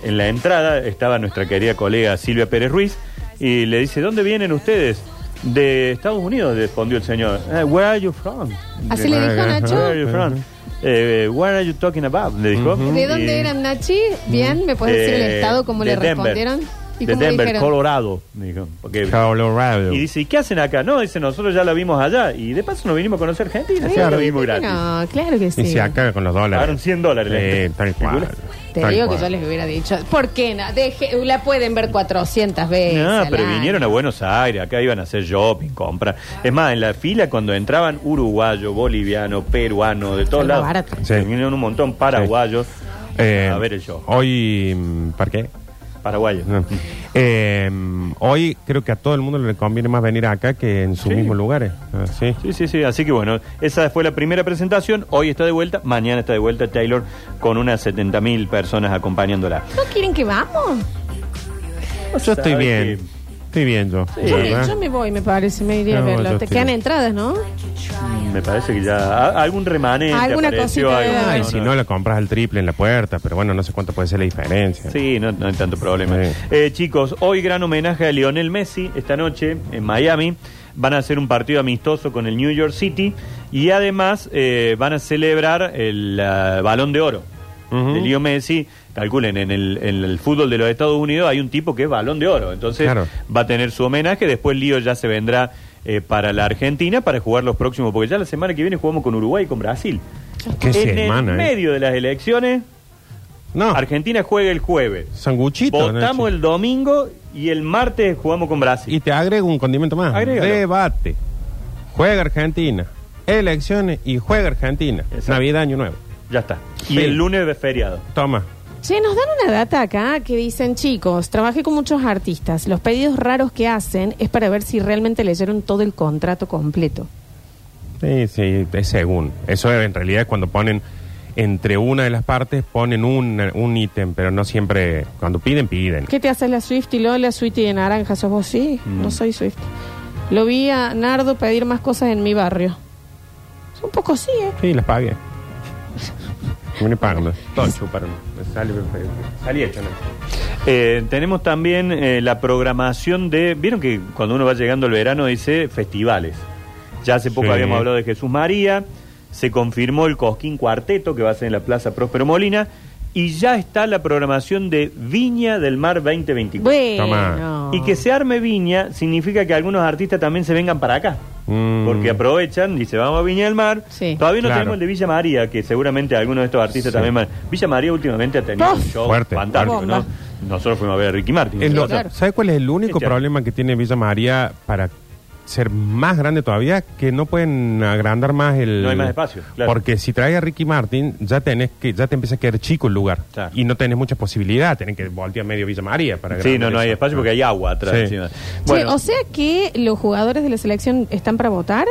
Speaker 2: En la entrada estaba nuestra querida colega Silvia Pérez Ruiz y le dice, ¿dónde vienen ustedes? De Estados Unidos, respondió el señor. "Eh, where are you from?
Speaker 1: Así le dijo
Speaker 3: Ajá.
Speaker 1: Nacho.
Speaker 2: Where are you from? Eh, what are you talking about? Le dijo.
Speaker 1: ¿De dónde
Speaker 2: Y-
Speaker 1: eran, Nachi? Bien, ¿me puedes decir el
Speaker 2: de-
Speaker 1: estado? ¿Cómo
Speaker 2: Eh, de
Speaker 1: le
Speaker 2: Denver.
Speaker 1: respondieron? ¿Y
Speaker 2: de
Speaker 1: cómo
Speaker 2: Denver,
Speaker 1: dijeron?
Speaker 2: Colorado. me dijo, porque-
Speaker 3: Colorado.
Speaker 2: y dice, ¿y qué hacen acá? No, dice, nosotros ya la vimos allá. Y de paso nos vinimos a conocer Argentina.
Speaker 1: Sí,
Speaker 2: Ya la
Speaker 1: ¿por
Speaker 2: vimos
Speaker 1: qué
Speaker 2: gratis.
Speaker 1: No, claro que sí.
Speaker 3: Y se acaba con los
Speaker 2: Pagaron
Speaker 3: dólares.
Speaker 2: 100 dólares. la
Speaker 3: Sí,
Speaker 2: gente.
Speaker 3: tal cual.
Speaker 1: Te
Speaker 3: tal
Speaker 1: digo
Speaker 3: cual.
Speaker 1: que yo les hubiera dicho, ¿por qué no? Deje- la pueden ver 400 veces.
Speaker 2: No,
Speaker 1: al
Speaker 2: Ah, pero
Speaker 1: año.
Speaker 2: vinieron a Buenos Aires, acá iban a hacer shopping, compra. Es más, en la fila cuando entraban uruguayo, boliviano, peruano, de todos
Speaker 1: Algo
Speaker 2: lados.
Speaker 1: barato.
Speaker 3: Sí.
Speaker 2: Vinieron un montón paraguayos
Speaker 3: Eh,
Speaker 2: a ver el show.
Speaker 3: Hoy, mm, ¿para qué?
Speaker 2: Paraguayos.
Speaker 3: No. Eh, hoy creo que a todo el mundo le conviene más venir acá que en sus
Speaker 2: Sí.
Speaker 3: mismos lugares. Ah, sí.
Speaker 2: Sí, sí, sí. Así que bueno, esa fue la primera presentación. Hoy está de vuelta, mañana está de vuelta Taylor con unas 70.000 personas acompañándola.
Speaker 1: ¿No quieren que vamos?
Speaker 3: Yo estoy
Speaker 2: Sabe
Speaker 3: bien. Estoy bien yo.
Speaker 1: Yo, me,
Speaker 3: ¿verdad?
Speaker 1: yo me voy, me parece, me iría
Speaker 3: No,
Speaker 1: a
Speaker 3: yo
Speaker 1: verlo. Te
Speaker 3: estoy-
Speaker 1: quedan entradas, ¿no?
Speaker 2: Mm, Me parece que ya a- algún remanente
Speaker 1: Alguna
Speaker 2: apareció.
Speaker 1: cosita
Speaker 2: algo.
Speaker 1: debe
Speaker 3: Ay,
Speaker 1: No,
Speaker 3: si no, la compras al triple en la puerta, pero bueno, no sé cuánto puede ser la diferencia.
Speaker 2: Sí, no, no hay tanto problema.
Speaker 3: Sí.
Speaker 2: Eh, chicos, hoy gran homenaje a Lionel Messi esta noche en Miami. Van a hacer un partido amistoso con el New York City y además eh, van a celebrar el ah, Balón de Oro
Speaker 3: Ujú.
Speaker 2: de Leo Messi. Calculen, en el, en el fútbol de los Estados Unidos hay un tipo que es Balón de Oro. Entonces
Speaker 3: Claro.
Speaker 2: va a tener su homenaje. Después Lío ya se vendrá eh, para la Argentina para jugar los próximos, porque ya la semana que viene jugamos con Uruguay y con Brasil.
Speaker 3: Qué
Speaker 2: en
Speaker 3: semana,
Speaker 2: el
Speaker 3: eh. Ah.
Speaker 2: medio de las elecciones,
Speaker 3: No,
Speaker 2: Argentina juega el jueves.
Speaker 3: sanguchito.
Speaker 2: Votamos
Speaker 3: Nachi.
Speaker 2: el domingo y el martes jugamos con Brasil.
Speaker 3: Y te agrego un condimento más.
Speaker 2: Agrégalo.
Speaker 3: Debate. Juega Argentina. Elecciones y juega Argentina.
Speaker 2: Exacto.
Speaker 3: Navidad, Año Nuevo.
Speaker 2: Ya está. Y
Speaker 3: Sí.
Speaker 2: el lunes de feriado.
Speaker 3: Toma.
Speaker 1: Che, nos dan una data acá que dicen, chicos, trabajé con muchos artistas. Los pedidos raros que hacen es para ver si realmente leyeron todo el contrato completo.
Speaker 3: Sí, sí, es según. Eso en realidad es cuando ponen entre una de las partes, ponen un, un ítem, pero no siempre. Cuando piden, piden.
Speaker 1: ¿Qué te hace la Swift y Lola, Sweetie de naranja? ¿Sos vos? Sí,
Speaker 2: Mm.
Speaker 1: no soy Swift. Lo vi a Nardo pedir más cosas en mi barrio. Es un poco sí, ¿eh?
Speaker 3: Sí, las pagué. Vine pagando. Todos chuparon. Me Salí, me- salí hecho, ¿no?
Speaker 2: Eh, tenemos también eh, la programación de. Vieron que cuando uno va llegando el verano dice festivales. Ya hace poco
Speaker 3: Sí.
Speaker 2: habíamos hablado de Jesús María, se confirmó el Cosquín Cuarteto que va a ser en la Plaza Próspero Molina y ya está la programación de Viña del Mar 2024.
Speaker 1: Bueno.
Speaker 3: Tomá.
Speaker 2: Y que se arme Viña significa que algunos artistas también se vengan para acá.
Speaker 3: Mm.
Speaker 2: Porque aprovechan y se vamos a Viña del Mar.
Speaker 1: Sí.
Speaker 2: Todavía no
Speaker 3: Claro.
Speaker 2: tenemos el de Villa María, que seguramente algunos de estos artistas
Speaker 3: Sí.
Speaker 2: también van. Villa María últimamente ha tenido un
Speaker 1: Puff.
Speaker 2: show
Speaker 3: Fuerte,
Speaker 2: fantástico,
Speaker 1: fuerte.
Speaker 2: ¿no? Nosotros fuimos a ver a Ricky Martin.
Speaker 3: Es lo-
Speaker 1: Claro.
Speaker 3: ¿Sabe cuál es el único
Speaker 2: Sí, claro.
Speaker 3: problema que tiene Villa María para ser más grande todavía? Que no pueden agrandar más el...
Speaker 2: No hay más espacio, claro.
Speaker 3: Porque si traes a Ricky Martin, ya tenés que ya te empieza a quedar chico el lugar.
Speaker 2: Claro.
Speaker 3: Y no tenés mucha posibilidad, tenés que voltear medio Villa María para
Speaker 2: Sí,
Speaker 3: agrandar
Speaker 2: no, no hay
Speaker 3: eso.
Speaker 2: espacio porque hay agua atrás.
Speaker 3: Sí.
Speaker 2: encima.
Speaker 1: Che,
Speaker 2: Bueno,
Speaker 1: o sea que los jugadores de la selección están para votar.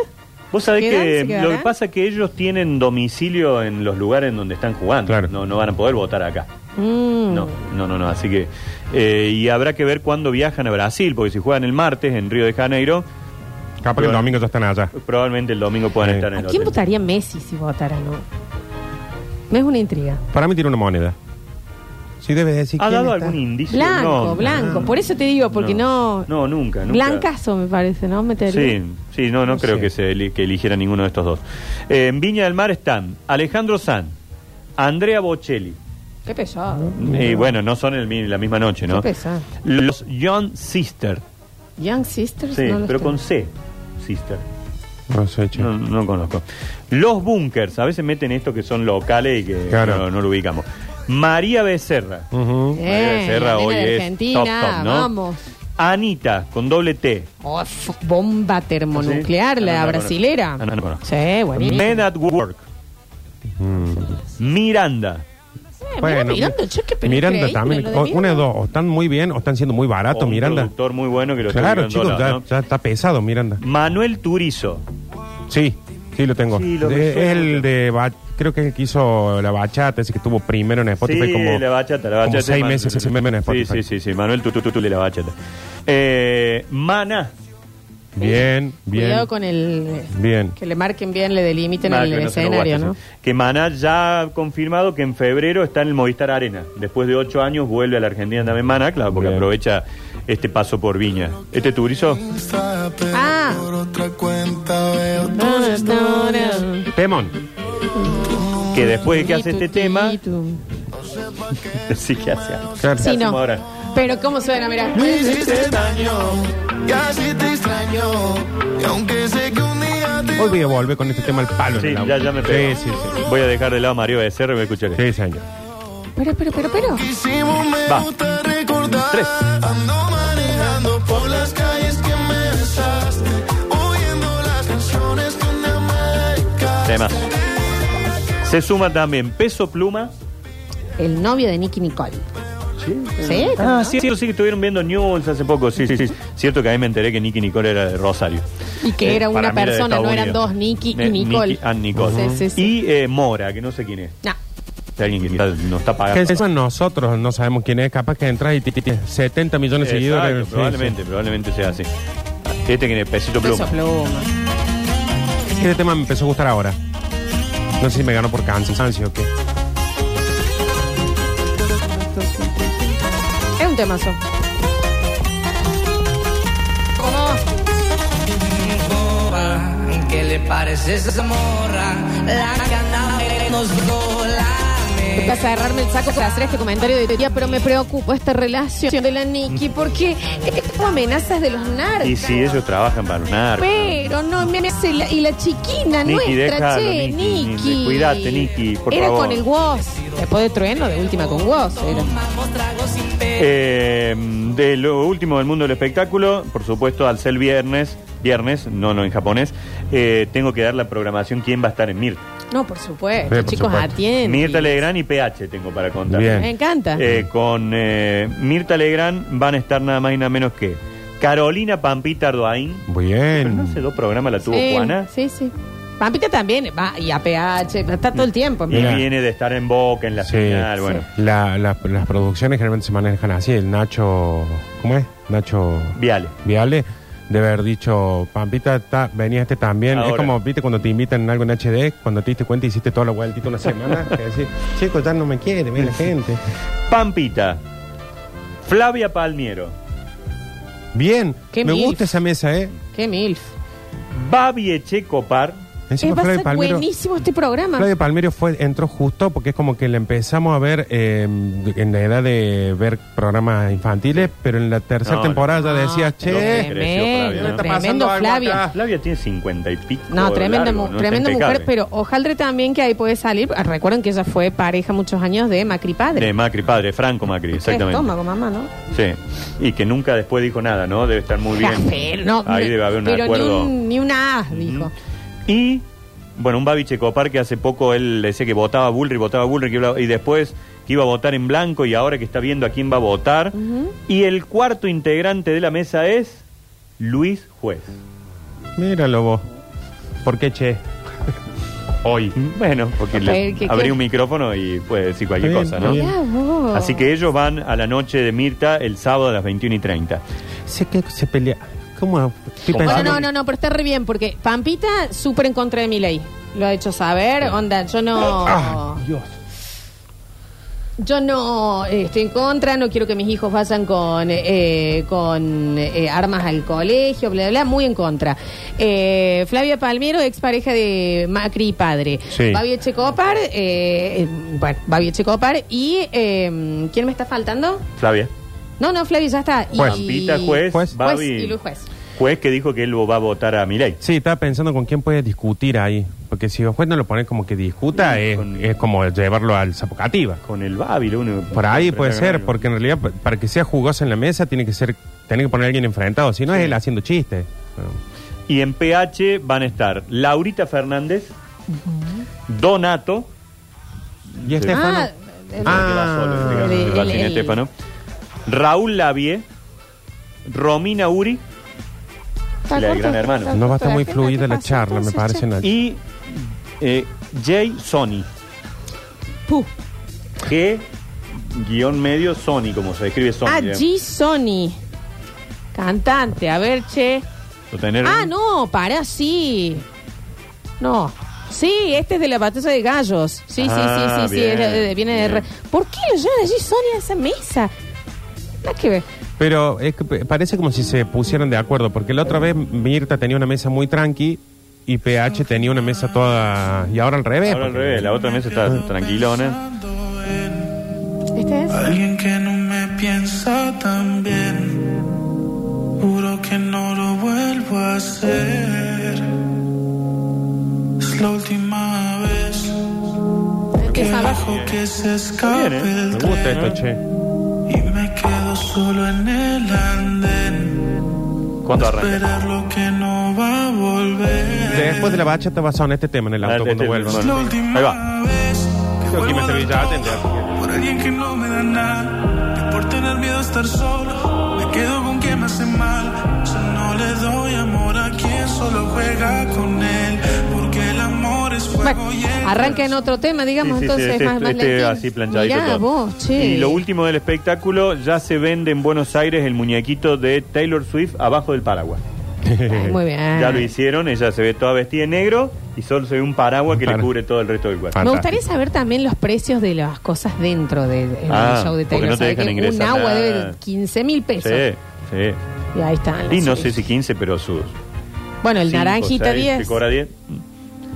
Speaker 2: vos sabés
Speaker 1: ¿quedan? ¿Se
Speaker 2: que lo que
Speaker 1: quedarán?
Speaker 2: pasa es que ellos tienen domicilio en los lugares en donde están jugando.
Speaker 3: Claro.
Speaker 2: No, no van a poder votar acá.
Speaker 1: Mm.
Speaker 2: No, no, no, no. Así que. eh, y habrá que ver cuándo viajan a Brasil, porque si juegan el martes en Río de Janeiro,
Speaker 3: Capaz que el domingo ya están allá.
Speaker 2: probablemente el domingo puedan
Speaker 3: Sí.
Speaker 2: estar
Speaker 1: ¿A
Speaker 2: en el
Speaker 1: quién
Speaker 2: hotel.
Speaker 1: votaría Messi si votara no? Me es una intriga.
Speaker 3: Para mí tiene una moneda. Sí, debes decir
Speaker 2: ¿Ha
Speaker 3: quién
Speaker 2: dado
Speaker 3: está.
Speaker 2: algún indicio?
Speaker 1: Blanco,
Speaker 2: No.
Speaker 1: blanco. Por eso te digo, porque no.
Speaker 2: No, nunca, nunca.
Speaker 1: Blancazo me parece, ¿no? Metería.
Speaker 2: Sí, sí, no, no,
Speaker 3: No
Speaker 2: creo
Speaker 3: sé.
Speaker 2: que se eli- que eligiera ninguno de estos dos. Eh, en Viña del Mar están Alejandro San, Andrea Bocelli.
Speaker 1: Qué pesado.
Speaker 2: Y bueno, no son el mi- la misma noche, ¿no?
Speaker 1: Qué pesado.
Speaker 2: Los John Sister.
Speaker 1: Young Sisters.
Speaker 2: Sí,
Speaker 1: no los
Speaker 2: pero
Speaker 1: tengo.
Speaker 2: con C. Sister.
Speaker 3: No sé, che.
Speaker 2: No, no conozco. Los Bunkers. A veces meten esto que son locales y que
Speaker 3: Claro. Mm.
Speaker 2: no, no lo ubicamos. María Becerra.
Speaker 3: Ujú.
Speaker 2: María
Speaker 1: Eh,
Speaker 2: Becerra
Speaker 1: la
Speaker 2: hoy
Speaker 1: nena de
Speaker 2: es
Speaker 1: Argentina,
Speaker 2: top, top, ¿no?
Speaker 1: vamos.
Speaker 2: Anita, con doble T.
Speaker 1: Oh, f- bomba termonuclear,
Speaker 2: ¿Sí? Ah,
Speaker 1: la
Speaker 2: no, no,
Speaker 1: brasilera.
Speaker 2: no, no, no, no.
Speaker 1: Sí, buenísimo.
Speaker 2: Men at Work.
Speaker 3: Mm.
Speaker 2: Miranda.
Speaker 3: Bueno,
Speaker 1: Miranda, Eh, che, qué película
Speaker 3: Miranda
Speaker 1: increíble,
Speaker 3: también.
Speaker 1: lo de
Speaker 3: O-
Speaker 1: Miranda.
Speaker 3: una de dos. O están muy bien o están siendo muy baratos,
Speaker 2: O un
Speaker 3: Miranda.
Speaker 2: productor muy bueno que lo está
Speaker 3: Claro,
Speaker 2: ubicando
Speaker 3: chicos,
Speaker 2: al
Speaker 3: ya,
Speaker 2: lado, ¿no?
Speaker 3: ya está pesado, Miranda.
Speaker 2: Manuel Turizo.
Speaker 3: Sí, sí lo tengo.
Speaker 2: Sí, lo
Speaker 3: Eh,
Speaker 2: me
Speaker 3: es
Speaker 2: suena.
Speaker 3: el de ba- creo que es el que hizo la bachata, ese que estuvo primero en Spotify
Speaker 2: sí,
Speaker 3: como,
Speaker 2: la bachata, la
Speaker 3: como
Speaker 2: bachata. de
Speaker 3: seis
Speaker 2: Man-
Speaker 3: meses ese meme en
Speaker 2: Sí,
Speaker 3: Spotify.
Speaker 2: sí, sí, sí, Manuel tú, tú, tú, tú, de la bachata. Eh, Mana.
Speaker 3: Bien, bien.
Speaker 1: Cuidado con el.
Speaker 3: Bien.
Speaker 1: Que le marquen bien, le delimiten
Speaker 2: Nada,
Speaker 1: el
Speaker 2: Ah, que no se nos
Speaker 1: escenario,
Speaker 2: guarde,
Speaker 1: ¿no?
Speaker 2: sí. Que Mana ya ha confirmado que en febrero está en el Movistar Arena. Después de ocho años vuelve a la Argentina también Mana, claro, porque
Speaker 3: Bien.
Speaker 2: aprovecha este paso por Viña. Este Turizo.
Speaker 5: Insta, pero
Speaker 1: Ah.
Speaker 5: por otra cuenta veo tus historias.
Speaker 1: Que
Speaker 3: Temón.
Speaker 2: que después de que hace este tema, sí que hace algo.
Speaker 3: Claro.
Speaker 1: Sí, no.
Speaker 2: hacemos ahora?
Speaker 1: Pero ¿cómo suena? Mira.
Speaker 5: Me hiciste daño, casi te extraño. Y aunque sé que un día te
Speaker 3: Hoy voy a volver con este tema al palo.
Speaker 2: Sí,
Speaker 3: en el
Speaker 2: ya,
Speaker 3: auto.
Speaker 2: ya me pegó.
Speaker 3: Sí, sí, sí.
Speaker 2: Voy a dejar de lado a Mario Becerra y voy a escuchar esto.
Speaker 3: Sí, señor.
Speaker 1: Pero, pero, pero, pero.
Speaker 5: quisimos me
Speaker 2: Va.
Speaker 5: gusta recordar.
Speaker 2: Tres.
Speaker 5: Ando manejando por las calles que me besaste, oyendo las canciones que un día me dedicaste.
Speaker 2: Tema. Se suma también Peso Pluma.
Speaker 1: El novio de Nicky Nicole.
Speaker 2: Sí.
Speaker 1: Sí,
Speaker 2: Ah,
Speaker 1: ¿no?
Speaker 2: sí, sí, sí, que estuvieron viendo News hace poco. Sí, sí, sí. Cierto que a mí me enteré que Nicky Nicole era de Rosario.
Speaker 1: Y que
Speaker 2: Eh,
Speaker 1: era
Speaker 2: para
Speaker 1: una
Speaker 2: mí era de
Speaker 1: persona,
Speaker 2: Estados
Speaker 1: no eran
Speaker 2: Unidos.
Speaker 1: dos, Nicky
Speaker 2: Eh,
Speaker 1: y Nicole.
Speaker 2: Nicky and Nicole.
Speaker 1: Sí, sí, sí.
Speaker 2: Y eh, Mora, que no sé quién es.
Speaker 1: No.
Speaker 2: Si alguien que quizás no está
Speaker 3: Que
Speaker 2: pagando.
Speaker 3: encima nosotros no sabemos quién es, capaz que entras y ti- ti- ti- 70 millones de
Speaker 2: Exacto,
Speaker 3: seguidores. Sí,
Speaker 2: probablemente, probablemente sea así. Este que es Pesito Pluma.
Speaker 1: Peso pluma.
Speaker 3: sí. Este tema me empezó a gustar ahora. No sé si me ganó por cansancio o qué.
Speaker 1: Es un temazo.
Speaker 6: ¿Qué le parece esa morra? La cana nos
Speaker 1: Me
Speaker 2: Eh.
Speaker 6: volame.
Speaker 1: Vas a agarrarme el saco para hacer este comentario de día, pero me preocupa esta relación de la Nikki porque es amenazas de los narcos.
Speaker 2: Y si ellos trabajan para un narco.
Speaker 1: Pero no me hace la, y la chiquina
Speaker 2: Nicky,
Speaker 1: nuestra,
Speaker 2: déjalo,
Speaker 1: che,
Speaker 2: Nicky,
Speaker 1: Nicky.
Speaker 2: Nicky, cuidate, Nicky, por
Speaker 1: Era
Speaker 2: favor.
Speaker 1: con el Woz. Después de trueno, de última con Woz. Era.
Speaker 6: Tomamos tragos sin
Speaker 2: Em, Eh, de lo último del mundo del espectáculo, por supuesto, al ser viernes, viernes, no, no en japonés, eh, tengo que dar la programación quién va a estar en Mirta.
Speaker 1: No, por supuesto.
Speaker 3: Sí, por
Speaker 1: Chicos,
Speaker 3: supuesto.
Speaker 1: atienden.
Speaker 2: Mirta Legrand y PH tengo para contar.
Speaker 3: Bien.
Speaker 1: Me encanta.
Speaker 2: Eh, con eh, Mirta Legrand van a estar nada más y nada menos que Carolina Pampita Ardoain. Pero no
Speaker 3: Bien.
Speaker 2: hace dos programas la tuvo
Speaker 1: sí,
Speaker 2: Juana.
Speaker 1: Eh, Sí, sí. Pampita también va y a PH, va a estar todo el tiempo.
Speaker 2: Y
Speaker 3: Mira.
Speaker 2: viene de estar en Boca, en la
Speaker 3: Sí.
Speaker 2: final, bueno.
Speaker 3: La- la- las producciones generalmente se manejan así. El Nacho. ¿Cómo es? Nacho
Speaker 2: Viale.
Speaker 3: Viale. De haber dicho, Pampita, ta- venía este también. Es
Speaker 2: Ahora.
Speaker 3: como, viste, cuando te invitan en algo en HD, cuando te diste cuenta hiciste toda la vueltita una semana. que decís, chicos, ya no me quiere, ve la gente.
Speaker 2: Pampita. Flavia Palmiero.
Speaker 3: Bien,
Speaker 1: Qué
Speaker 3: me
Speaker 1: milf.
Speaker 3: gusta esa mesa, ¿eh?
Speaker 1: Qué milf.
Speaker 2: Babieche Copar.
Speaker 1: Eh,
Speaker 3: Encima
Speaker 1: va a
Speaker 3: Flavio
Speaker 1: ser
Speaker 3: Palmero-
Speaker 1: buenísimo este programa.
Speaker 3: Flavio Palmero fue, entró justo porque es como que le empezamos a ver eh, en la edad de ver programas infantiles, pero en la tercera
Speaker 2: No,
Speaker 3: temporada ya
Speaker 1: No,
Speaker 3: decías, che,
Speaker 2: tremendo, Creció Flavia, ¿no?
Speaker 1: Ah, Tremendo,
Speaker 2: Está
Speaker 1: tremendo Flavia.
Speaker 2: Ah, Flavia tiene cincuenta y pico.
Speaker 1: No,
Speaker 2: de
Speaker 1: tremenda,
Speaker 2: largo,
Speaker 1: mu-
Speaker 2: ¿no?
Speaker 1: tremenda
Speaker 2: Está
Speaker 1: mujer,
Speaker 2: impecable.
Speaker 1: pero ojalá también que ahí puede salir. Ah, Recuerden que ella fue pareja muchos años de Macri Padre.
Speaker 2: De Macri, padre, Franco Macri,
Speaker 1: Qué
Speaker 2: exactamente.
Speaker 1: estómago, mamá, ¿no?
Speaker 2: Sí. Y que nunca después dijo nada, ¿no? Debe estar muy bien.
Speaker 1: Rafael, no,
Speaker 2: Ahí
Speaker 1: no,
Speaker 2: debe haber un
Speaker 1: pero
Speaker 2: acuerdo.
Speaker 1: Ni, un, ni una as, dijo.
Speaker 2: Y, bueno, un Babi Checopar que hace poco él decía que votaba a Bullrich, votaba a Bullrich, que iba- y después que iba a votar en blanco y ahora que está viendo a quién va a votar. Y el cuarto integrante de la mesa es Luis Juez.
Speaker 3: míralo vos. ¿Por qué che?
Speaker 2: Hoy. Bueno, porque le
Speaker 1: Pero, ¿qué-
Speaker 2: abrí
Speaker 1: qué?
Speaker 2: un micrófono y puede decir cualquier
Speaker 3: Está bien,
Speaker 2: cosa,
Speaker 3: está
Speaker 2: ¿no?
Speaker 3: bien.
Speaker 1: Mirá Ah, vos.
Speaker 2: Así que ellos van a la noche de Mirta el sábado a las 21 y 30.
Speaker 3: Se, que- se pelea. ¿Cómo? Estoy
Speaker 2: Bueno,
Speaker 1: Bueno,
Speaker 3: pensando.
Speaker 1: no, no, no, pero está re bien, porque Pampita súper en contra de mi ley. Lo ha hecho saber, onda, yo no...
Speaker 3: Ah, Dios.
Speaker 1: Yo no eh, estoy en contra, no quiero que mis hijos vayan con, eh, con eh, armas al colegio, bla, bla, bla, muy en contra. Eh, Flavia Palmiero, expareja de Macri y padre.
Speaker 3: Sí.
Speaker 1: Babi Checopar, eh, eh, bueno, Babi Checopar y eh, ¿quién me está faltando?
Speaker 2: Flavia.
Speaker 1: No, no, Flavia, ya está. Y-
Speaker 3: Juez.
Speaker 2: Pampita, juez,
Speaker 3: Juez.
Speaker 2: Babi.
Speaker 1: y Luis Juez.
Speaker 2: Juez que dijo que él va a votar a Milei.
Speaker 3: Sí, estaba pensando con quién puede discutir ahí. Porque si el juez no lo pone como que discuta, es,
Speaker 2: con-
Speaker 3: es como llevarlo al zapocativa.
Speaker 2: Con el Babi, lo único. que-
Speaker 3: Por ahí puede ser,
Speaker 2: Algo.
Speaker 3: porque en realidad pa- para que sea jugoso en la mesa tiene que ser, tiene que poner a alguien enfrentado, si no es él haciendo chistes.
Speaker 2: Y en PH van a estar Laurita Fernández, Donato,
Speaker 3: Y Estefano,
Speaker 1: Ah, el-
Speaker 3: Ah,
Speaker 2: que va solo, en este caso,
Speaker 1: el-
Speaker 2: que va
Speaker 1: el-
Speaker 2: sin
Speaker 1: el-
Speaker 2: Estefano, Raúl Lavie, Romina Uri
Speaker 1: ¿te
Speaker 2: la del
Speaker 1: acuerdas?
Speaker 2: Gran Hermano.
Speaker 3: no va a estar muy
Speaker 1: ¿Qué
Speaker 3: fluida la
Speaker 1: pasó
Speaker 3: charla, me
Speaker 1: entonces,
Speaker 3: parece.
Speaker 1: che?
Speaker 3: Nacho.
Speaker 2: y eh, Jay Sony.
Speaker 1: Puh.
Speaker 2: G guión medio Sony, como se escribe Sony.
Speaker 1: Ah,
Speaker 2: digamos.
Speaker 1: G. Sony. Cantante, a ver, che.
Speaker 2: Lo tener-
Speaker 1: Ah, no, para, sí. No. Sí, este es de la batalla de gallos. Sí,
Speaker 2: Ah,
Speaker 1: sí, sí, sí, sí, es de- de-
Speaker 2: bien,
Speaker 1: viene de...
Speaker 2: bien.
Speaker 1: re- ¿Por qué lo llevan allí Sony a esa mesa? Nada que ver.
Speaker 3: Pero es que pe- parece como si se pusieran de acuerdo, porque la otra vez Mirta tenía una mesa muy tranqui y PH tenía una mesa toda... Y ahora al revés.
Speaker 2: Ahora al
Speaker 3: porque-
Speaker 2: revés, la otra mesa está tranquilona.
Speaker 1: ¿Este es?
Speaker 5: Alguien que no me piensa tan bien. Juro que no lo vuelvo a hacer. Es la última vez
Speaker 1: ¿Qué
Speaker 5: que
Speaker 1: sabe?
Speaker 5: dejo que se escape
Speaker 2: Bien, ¿eh?
Speaker 5: el
Speaker 3: Me gusta
Speaker 5: tren
Speaker 3: esto, che.
Speaker 5: y me quedo solo en el andén.
Speaker 2: ¿Cuándo arranca?
Speaker 5: Esperar lo que no va a volver.
Speaker 3: Después de la bachata va a sonar este tema en el
Speaker 2: Ah,
Speaker 3: auto
Speaker 2: este-
Speaker 3: cuando
Speaker 2: este-
Speaker 3: vuelva.
Speaker 5: Es la última
Speaker 2: Ahí va.
Speaker 5: vez que
Speaker 3: Creo que
Speaker 5: vuelvo
Speaker 3: me
Speaker 5: a
Speaker 3: serví
Speaker 5: dar
Speaker 3: ya,
Speaker 5: todo
Speaker 3: atender.
Speaker 5: Por alguien que no me da nada Y por tener miedo a estar solo Me quedo con quien me hace mal Yo no le doy amor a quien solo juega con él Porque el amor es fuego
Speaker 1: Bueno,
Speaker 5: y el
Speaker 1: arranca en otro tema, digamos,
Speaker 2: Sí, sí, sí,
Speaker 1: entonces
Speaker 2: este-
Speaker 1: más, más
Speaker 2: este
Speaker 1: lentín.
Speaker 2: así planchadito
Speaker 1: Mirá,
Speaker 2: todo.
Speaker 1: vos, che.
Speaker 2: Y lo último del espectáculo, ya se vende en Buenos Aires el muñequito de Taylor Swift abajo del paraguas.
Speaker 1: Ay, muy bien.
Speaker 2: Ya lo hicieron, ella se ve toda vestida en negro y solo se ve un paraguas que le
Speaker 3: Para-
Speaker 2: cubre todo el resto del cuerpo.
Speaker 1: Me
Speaker 3: Fantástico.
Speaker 1: gustaría saber también los precios de las cosas dentro del el
Speaker 2: Ah,
Speaker 1: show de
Speaker 2: porque
Speaker 1: Taylor.
Speaker 2: no te
Speaker 1: Sabe
Speaker 2: dejan
Speaker 1: que un
Speaker 2: ingresar
Speaker 1: agua
Speaker 2: nada.
Speaker 1: de 15 mil pesos.
Speaker 2: Sí, sí.
Speaker 1: Y ahí están. las
Speaker 2: Y no sé
Speaker 1: solicitudes.
Speaker 2: si 15, pero sus.
Speaker 1: Bueno, el
Speaker 2: cinco,
Speaker 1: naranjita
Speaker 2: seis,
Speaker 1: 10.
Speaker 2: te cobra 10.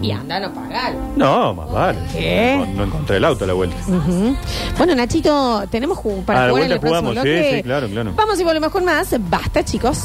Speaker 1: Y andan a pagar.
Speaker 2: No, más vale.
Speaker 1: ¿Qué?
Speaker 2: No, no encontré el auto a la vuelta.
Speaker 1: Ujú. Bueno, Nachito, tenemos ju- para
Speaker 2: Ah, de
Speaker 1: jugar en
Speaker 2: vuelta
Speaker 1: el próximo
Speaker 2: jugamos, sí,
Speaker 1: bloque.
Speaker 2: sí, claro, claro.
Speaker 1: Vamos y volvemos con más. Basta, chicos.